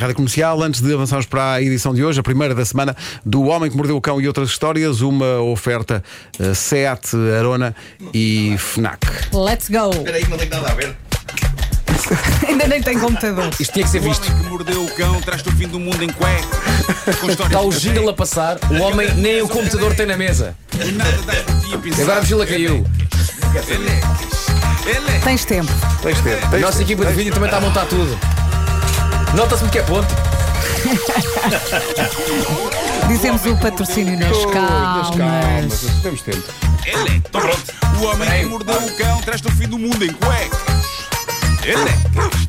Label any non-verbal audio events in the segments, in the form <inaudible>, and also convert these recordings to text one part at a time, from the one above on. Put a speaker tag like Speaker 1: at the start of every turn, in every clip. Speaker 1: Rádio Comercial, antes de avançarmos para a edição de hoje, a primeira da semana do Homem que Mordeu o Cão e outras histórias, uma oferta eh, SEAT, Arona e FNAC.
Speaker 2: Let's go!
Speaker 3: Peraí que não tem nada a ver.
Speaker 2: Ainda nem tem computador.
Speaker 4: Isto tinha que ser
Speaker 5: O
Speaker 4: visto.
Speaker 5: homem que mordeu o cão traz-te o fim do mundo em cuecas.
Speaker 4: <laughs>
Speaker 5: Com histórias
Speaker 4: Está o
Speaker 5: de
Speaker 4: jingle a passar, o homem nem o computador tem na mesa.
Speaker 5: café, e nada das por ti a pensar.
Speaker 4: Agora a mochila caiu.
Speaker 5: Ele é- ele é-
Speaker 2: Tens tempo.
Speaker 1: Tens de ter,
Speaker 4: A
Speaker 1: tens de
Speaker 4: nossa
Speaker 1: ter.
Speaker 4: equipa de vídeo também está a montar tudo. Nota-se-me que é ponto.
Speaker 2: Dizemos o patrocínio nas calmas.
Speaker 1: Temos tempo.
Speaker 5: ele é-
Speaker 4: Tá
Speaker 5: Tô pronto. O homem que mordeu o cão traz-te o fim do mundo em cuecas. Ele é-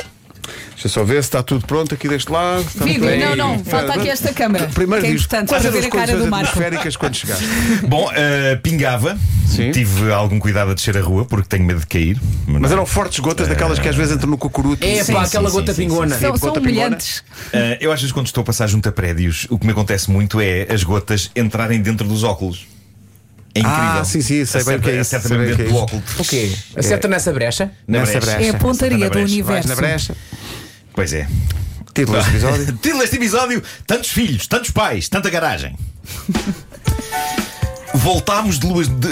Speaker 1: Deixa eu só ver se está tudo pronto aqui deste lado. Estamos
Speaker 2: Vídeo,
Speaker 1: bem.
Speaker 2: não, não, falta aqui esta câmara.
Speaker 1: Primeiro
Speaker 2: que é
Speaker 1: diz,
Speaker 2: importante
Speaker 1: quais
Speaker 2: para
Speaker 1: eram as
Speaker 2: ver a cara
Speaker 1: condições
Speaker 2: do Marco.
Speaker 1: atmosféricas quando chegar?
Speaker 3: Bom, eh, pingava.
Speaker 1: Sim.
Speaker 3: Tive algum cuidado a descer a rua porque tenho medo de cair.
Speaker 1: Mas eram fortes gotas daquelas que às vezes entram no cocuruto.
Speaker 4: É
Speaker 1: Sim.
Speaker 4: pá, aquela
Speaker 3: sim,
Speaker 4: gota
Speaker 3: sim, sim,
Speaker 4: pingona.
Speaker 2: São,
Speaker 1: Tipo,
Speaker 2: são
Speaker 1: outra pingona.
Speaker 2: humilhantes.
Speaker 3: Eh, eu às vezes quando estou a passar junto a prédios, o que me acontece muito é as gotas entrarem dentro dos óculos. É incrível.
Speaker 1: Ah, sim, sim, sei bem o que é isso,
Speaker 3: Acerta
Speaker 1: sei
Speaker 3: mesmo
Speaker 1: bem o que
Speaker 3: dentro
Speaker 1: é
Speaker 3: do
Speaker 1: isso.
Speaker 3: óculo.
Speaker 4: Tipo O quê?
Speaker 3: É.
Speaker 4: Acerta nessa brecha?
Speaker 3: Na
Speaker 1: Nessa
Speaker 3: <laughs>
Speaker 1: brecha.
Speaker 2: É a pontaria do
Speaker 3: Vais na
Speaker 1: Vais
Speaker 2: universo.
Speaker 1: na brecha.
Speaker 3: Pois é.
Speaker 1: Título deste episódio.
Speaker 3: Título deste episódio: Tantos filhos, tantos pais, tanta garagem. Voltámos de luas de.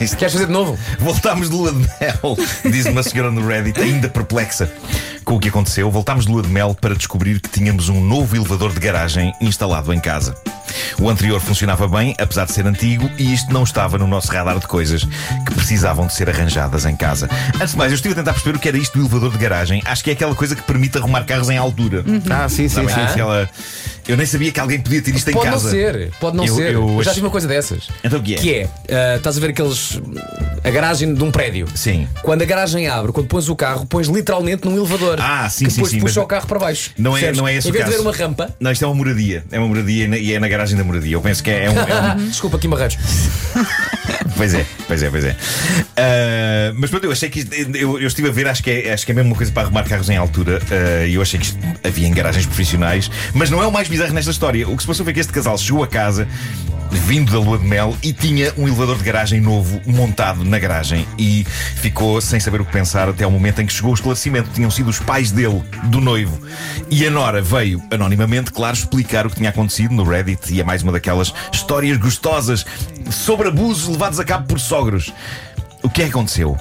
Speaker 3: Isto
Speaker 4: Queres fazer de novo?
Speaker 3: Voltámos de lua de mel, <laughs> diz uma senhora no Reddit, ainda perplexa com o que aconteceu. Voltámos de lua de mel para descobrir que tínhamos um novo elevador de garagem instalado em casa. O anterior funcionava bem, apesar de ser antigo, e isto não estava no nosso radar de coisas que precisavam de ser arranjadas em casa. Antes de mais, eu estive a tentar perceber o que era isto do elevador de garagem. Acho que é aquela coisa que permite arrumar carros em altura.
Speaker 1: Ah, sim, sim,
Speaker 3: Sabe,
Speaker 1: sim.
Speaker 3: aquela- Eu nem sabia que alguém podia ter isto em
Speaker 4: Pode não
Speaker 3: casa.
Speaker 4: ser, pode não
Speaker 3: Eu-
Speaker 4: ser.
Speaker 3: eu
Speaker 4: Eu já
Speaker 3: ach-
Speaker 4: tive uma coisa dessas.
Speaker 3: Então o que é?
Speaker 4: Que é, ah, estás a ver aqueles. a garagem de um prédio.
Speaker 3: Sim.
Speaker 4: Quando a garagem abre, quando pões o carro, pões literalmente num elevador.
Speaker 3: Ah, sim,
Speaker 4: que
Speaker 3: sim,
Speaker 4: Depois
Speaker 3: sim,
Speaker 4: puxa
Speaker 3: mas-
Speaker 4: o carro para baixo.
Speaker 3: Não é,
Speaker 4: Percebes?
Speaker 3: não é esse
Speaker 4: Em
Speaker 3: o
Speaker 4: vez
Speaker 3: caso.
Speaker 4: de ver uma rampa.
Speaker 3: Não, isto é uma moradia. É uma moradia e na- e é na garagem da moradia. Eu penso que é, é um- é um, <laughs>
Speaker 4: <laughs> Desculpa, aqui marreiros.
Speaker 3: Pois é, pois é, pois é. Ah, mas pronto, eu achei que isto, eu, eu estive a ver, acho que, é, acho que é mesmo uma coisa para arrumar carros em altura. ah, E eu achei que isto havia em garagens profissionais. Mas não é o mais bizarro nesta história. O que se passou foi que este casal chegou a casa. Vindo da lua de mel e tinha um elevador de garagem novo montado na garagem e ficou sem saber o que pensar até ao momento em que chegou o esclarecimento. Tinham sido os pais dele, do noivo. E a Nora veio, anonimamente, claro, explicar o que tinha acontecido no Reddit e é mais uma daquelas histórias gostosas sobre abusos levados a cabo por sogros. O que é que aconteceu?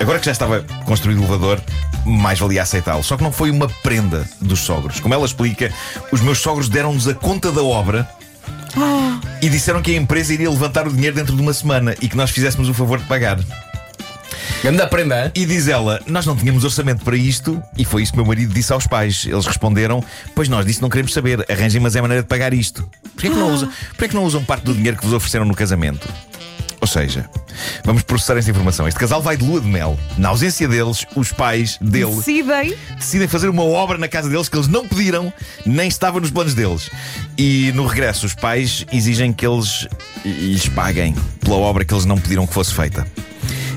Speaker 3: Agora que já estava construído o elevador, mais valia aceitá-lo. Só que não foi uma prenda dos sogros. Como ela explica, os meus sogros deram-nos a conta da obra e disseram que a empresa iria levantar o dinheiro dentro de uma semana e que nós fizéssemos o favor de pagar.
Speaker 4: Grande aprenda, hein?
Speaker 3: E diz ela, nós não tínhamos orçamento para isto E foi isso que meu marido disse aos pais Eles responderam, pois nós disso não queremos saber Arranjem mas é maneira de pagar isto Porquê é que não usam, porquê é que não usam parte do dinheiro que vos ofereceram no casamento? Ou seja, vamos processar esta informação Este casal vai de lua de mel Na ausência deles, os pais dele
Speaker 2: Decidem.
Speaker 3: decidem fazer uma obra na casa deles que eles não pediram, nem estava nos planos deles. E no regresso, os pais exigem que eles lhes paguem pela obra que eles não pediram que fosse feita.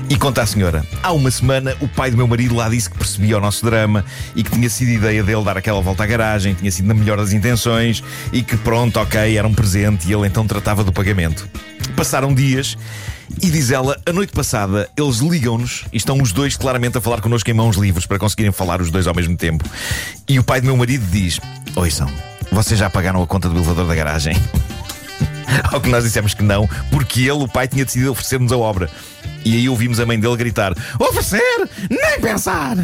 Speaker 3: E conta a senhora, há uma semana o pai do meu marido lá disse que percebia o nosso drama e que tinha sido ideia dele dar aquela volta à garagem, tinha sido na melhor das intenções e que pronto, ok, era um presente e ele então tratava do pagamento. Passaram dias e diz ela, a noite passada eles ligam-nos e estão os dois claramente a falar connosco em mãos livres para conseguirem falar os dois ao mesmo tempo. E o pai do meu marido diz: Ouçam, vocês já pagaram a conta do elevador da garagem? <laughs> Ao que nós dissemos que não, porque ele, o pai, tinha decidido oferecer-nos a obra. E aí ouvimos a mãe dele gritar: Oferecer? Nem pensar!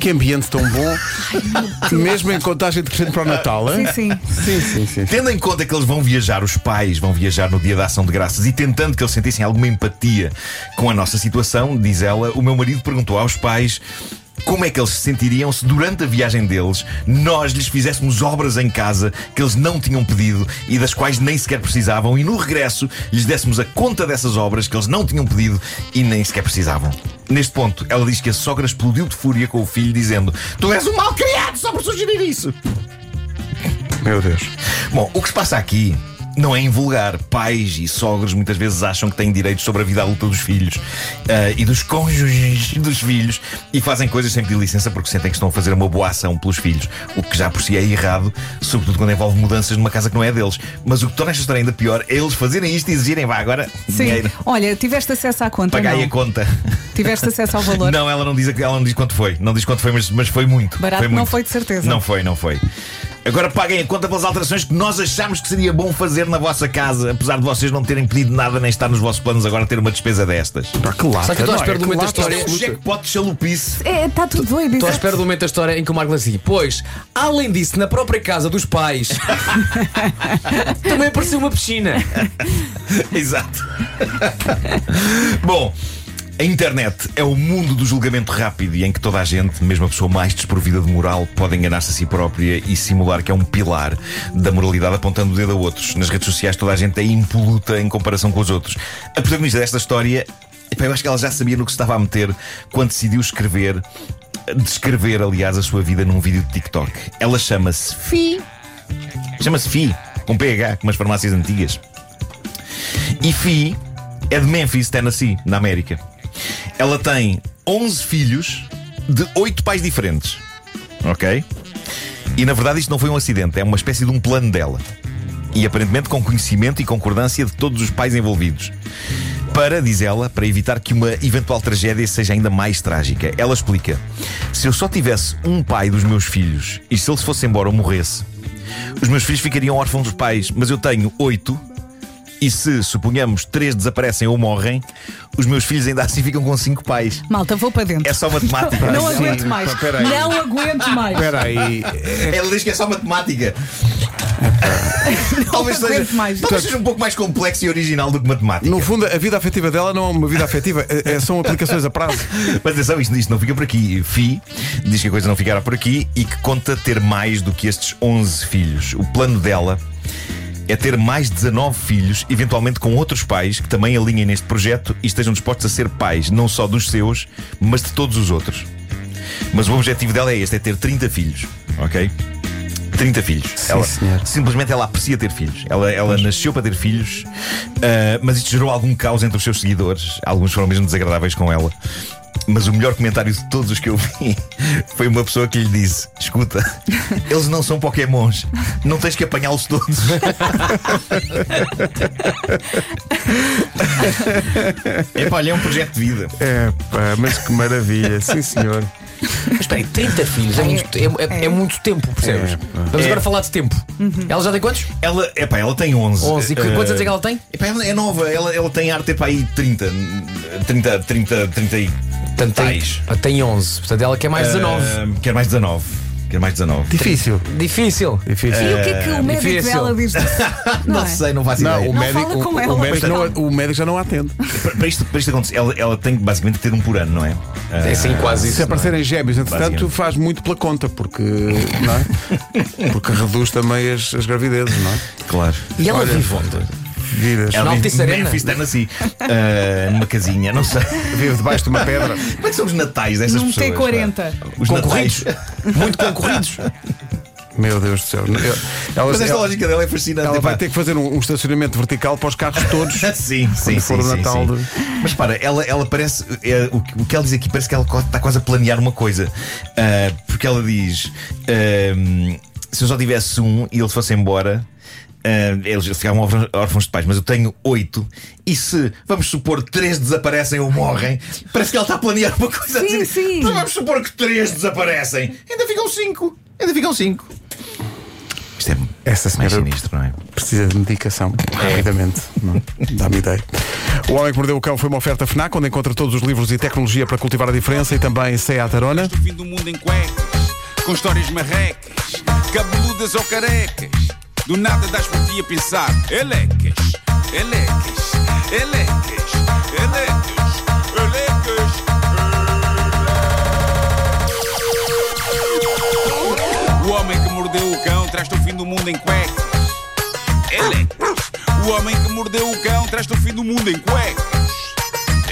Speaker 1: Que ambiente tão bom. Mesmo em contagem de crescente para o Natal,
Speaker 2: Sim,
Speaker 1: hein?
Speaker 2: sim.
Speaker 1: Sim, sim, sim.
Speaker 3: Tendo em conta que eles vão viajar, os pais vão viajar no dia da ação de graças e tentando que eles sentissem alguma empatia com a nossa situação, diz ela, o meu marido perguntou aos pais. Como é que eles se sentiriam se durante a viagem deles nós lhes fizéssemos obras em casa que eles não tinham pedido e das quais nem sequer precisavam e no regresso lhes dessemos a conta dessas obras que eles não tinham pedido e nem sequer precisavam? Neste ponto, ela diz que a sogra explodiu de fúria com o filho, dizendo: Tu és um mal criado só por sugerir isso!
Speaker 1: Meu Deus.
Speaker 3: Bom, o que se passa aqui não é invulgar. Pais e sogros muitas vezes acham que têm direitos sobre a vida adulta dos filhos ah, e dos cônjuges <laughs> dos filhos e fazem coisas sem pedir licença porque sentem que estão a fazer uma boa ação pelos filhos, o que já por si é errado, sobretudo quando envolve mudanças numa casa que não é deles. Mas o que torna esta história ainda pior é eles fazerem isto e exigirem, vá agora,
Speaker 2: Sim.
Speaker 3: dinheiro,
Speaker 2: Olha, tiveste acesso à conta.
Speaker 3: pagai
Speaker 2: não?
Speaker 3: a conta. <laughs>
Speaker 2: Tiveste acesso ao valor.
Speaker 3: Não, ela não diz, ela não diz quanto foi. Não diz quanto foi, mas, mas foi muito.
Speaker 2: Barato
Speaker 3: muito.
Speaker 2: não foi, de certeza.
Speaker 3: Não foi, não foi. Agora paguem a conta pelas alterações que nós achámos que seria bom fazer na vossa casa, apesar de vocês não terem pedido nada nem estar nos vossos planos agora ter uma despesa destas.
Speaker 1: Pá, que lata,
Speaker 4: Sabe que
Speaker 1: não
Speaker 4: eu estou à
Speaker 1: é?
Speaker 4: espera do
Speaker 1: Que
Speaker 4: momento da
Speaker 1: lata
Speaker 4: história.
Speaker 1: absoluta.
Speaker 3: Jackpot de chalupice.
Speaker 2: É, está tudo doido.
Speaker 4: Estou à
Speaker 2: exato.
Speaker 4: espera do momento da história em que o Marco diz assim: Pois, além disso, na própria casa dos pais também apareceu uma piscina.
Speaker 3: <laughs> Exato. Bom. A internet é o mundo do julgamento rápido e em que toda a gente, mesmo a pessoa mais desprovida de moral, pode enganar-se a si própria e simular que é um pilar da moralidade apontando o dedo a outros. Nas redes sociais toda a gente é impoluta em comparação com os outros. A protagonista desta história, epá, eu acho que ela já sabia no que se estava a meter quando decidiu escrever, descrever, aliás, a sua vida num vídeo de TikTok. Ela chama-se Fi. Chama-se Fi, com PH, como as farmácias antigas. E Fi é de Memphis, Tennessee, na América. Ela tem 11 filhos de 8 pais diferentes. Ok? E na verdade isto não foi um acidente, é uma espécie de um plano dela. E aparentemente com conhecimento e concordância de todos os pais envolvidos. Para, diz ela, para evitar que uma eventual tragédia seja ainda mais trágica. Ela explica: se eu só tivesse um pai dos meus filhos e se ele se fosse embora ou morresse, os meus filhos ficariam órfãos dos pais, mas eu tenho oito e se, suponhamos, três desaparecem ou morrem, os meus filhos ainda assim ficam com cinco pais.
Speaker 2: Malta, vou para dentro.
Speaker 3: É só matemática.
Speaker 2: Não
Speaker 1: Sim,
Speaker 2: aguento
Speaker 1: pá,
Speaker 2: mais.
Speaker 1: peraí.
Speaker 2: Não aguento mais.
Speaker 1: Espera aí.
Speaker 3: Ele diz que é só matemática. talvez seja,
Speaker 2: aguento mais.
Speaker 3: talvez seja um pouco mais complexo e original do que
Speaker 1: <laughs>
Speaker 3: matemática.
Speaker 1: No fundo, a vida afetiva dela não é uma vida afetiva, é- é- são aplicações a prazo.
Speaker 3: Mas atenção, isto, isto não fica por aqui. Fi diz que a coisa não ficará por aqui e que conta ter mais do que estes 11 filhos. O plano dela é ter mais 19 filhos, eventualmente com outros pais que também alinhem neste projeto e estejam dispostos a ser pais, não só dos seus, mas de todos os outros. Mas o objetivo dela é este: é ter 30 filhos, ok? 30 filhos. ela,
Speaker 1: senhor.
Speaker 3: Simplesmente ela aprecia ter filhos. Ela, ela nasceu para ter filhos, ah, mas isto gerou algum caos entre os seus seguidores. Alguns foram mesmo desagradáveis com ela. Mas o melhor comentário de todos os que eu vi <laughs> foi uma pessoa que lhe disse: Escuta,
Speaker 4: <laughs>
Speaker 3: eles não são pokémons, não tens que apanhá-los
Speaker 4: <laughs>
Speaker 3: todos. Epá, olha, é um projeto de vida.
Speaker 1: É, pá, mas que maravilha, sim senhor.
Speaker 4: Mas espera aí, 30 filhos é muito, é- é- é muito tempo, percebes? Vamos
Speaker 3: É.
Speaker 4: agora falar de tempo. Ela já tem quantos?
Speaker 3: Ela, epá, ela tem 11.
Speaker 4: 11. E quantos
Speaker 3: Ah,
Speaker 4: anos é que ela tem?
Speaker 3: Epá, ela é nova, ela, ela tem arte para aí 30, 30, 30, 30 e
Speaker 4: Portanto, tem,
Speaker 3: tais.
Speaker 4: ah, tem 11. Portanto, ela quer mais 19.
Speaker 3: Ah, quer mais 19. Quer mais 19.
Speaker 1: Difícil,
Speaker 4: Difícil.
Speaker 1: difícil.
Speaker 2: E o que é que o médico
Speaker 4: difícil.
Speaker 2: dela diz disso? Não, é?
Speaker 3: não faço
Speaker 1: Não, o
Speaker 2: Não
Speaker 1: médico,
Speaker 2: fala com
Speaker 1: o- o
Speaker 2: ela.
Speaker 1: médico não- o médico já não a atende.
Speaker 3: Para, para isto, para isto acontecer, ela, ela tem que basicamente ter um por ano, não é? Ah,
Speaker 4: É sim, quase isso.
Speaker 1: Se aparecerem gêmeos, entretanto,
Speaker 3: Basicamente.
Speaker 1: faz muito pela conta, porque, não é? porque reduz também as, as gravidezes, não é?
Speaker 3: claro.
Speaker 4: E ela vive onde?
Speaker 1: Vidas.
Speaker 3: Ela
Speaker 4: Não,
Speaker 3: vive
Speaker 4: disse
Speaker 3: em
Speaker 4: arena.
Speaker 3: Memphis, Tennessee. assim, Ah, numa casinha, não sei.
Speaker 1: Vive debaixo de uma pedra.
Speaker 3: Como é que são os natais destas
Speaker 2: Num
Speaker 3: pessoas?
Speaker 2: T40.
Speaker 3: pá? Os
Speaker 4: Concorridos.
Speaker 3: natais.
Speaker 4: Muito concorridos.
Speaker 1: Meu Deus do céu. Eu- ela,
Speaker 3: Mas esta
Speaker 1: ela-
Speaker 3: lógica dela é fascinante.
Speaker 1: ela
Speaker 3: epá.
Speaker 4: tipo,
Speaker 1: vai ter que fazer um, um estacionamento vertical para os carros todos.
Speaker 3: <laughs> Sim, sim,
Speaker 1: for
Speaker 3: sim,
Speaker 1: o
Speaker 3: sim,
Speaker 1: Natal
Speaker 3: sim.
Speaker 1: de-
Speaker 3: Mas para, ela, ela parece. é, o, que, o que ela diz aqui parece que ela co- está quase a planear uma coisa. Ah, porque ela diz: ah, se eu só tivesse um e ele fosse embora. ah, eles ficavam órfãos- órfãos de pais, mas eu tenho oito. E se, vamos supor, três desaparecem ou morrem, parece que ela está a planear uma coisa
Speaker 2: Sim,
Speaker 3: assim.
Speaker 2: sim.
Speaker 3: Mas vamos supor que três desaparecem, ainda ficam cinco. Ainda ficam cinco. Isto é
Speaker 1: Essa
Speaker 3: mais
Speaker 1: senhora-
Speaker 3: sinistro, não é?
Speaker 1: Precisa de medicação, rapidamente. Não Dá-me ideia. O Homem que Mordeu o Cão foi uma oferta FNAC, onde encontra todos os livros e tecnologia para cultivar a diferença e também Seat Arona.
Speaker 5: do fim do mundo em cuecas, com histórias marrecas, cabeludas ou carecas. Do nada das por ti a pensar, elecas, elecas, elecas, elecas, elecas. O homem que mordeu o cão traz-te o fim do mundo em cuecas. Elecas. O homem que mordeu o cão traz-te o fim do mundo em cuecas.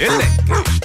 Speaker 5: Elecas.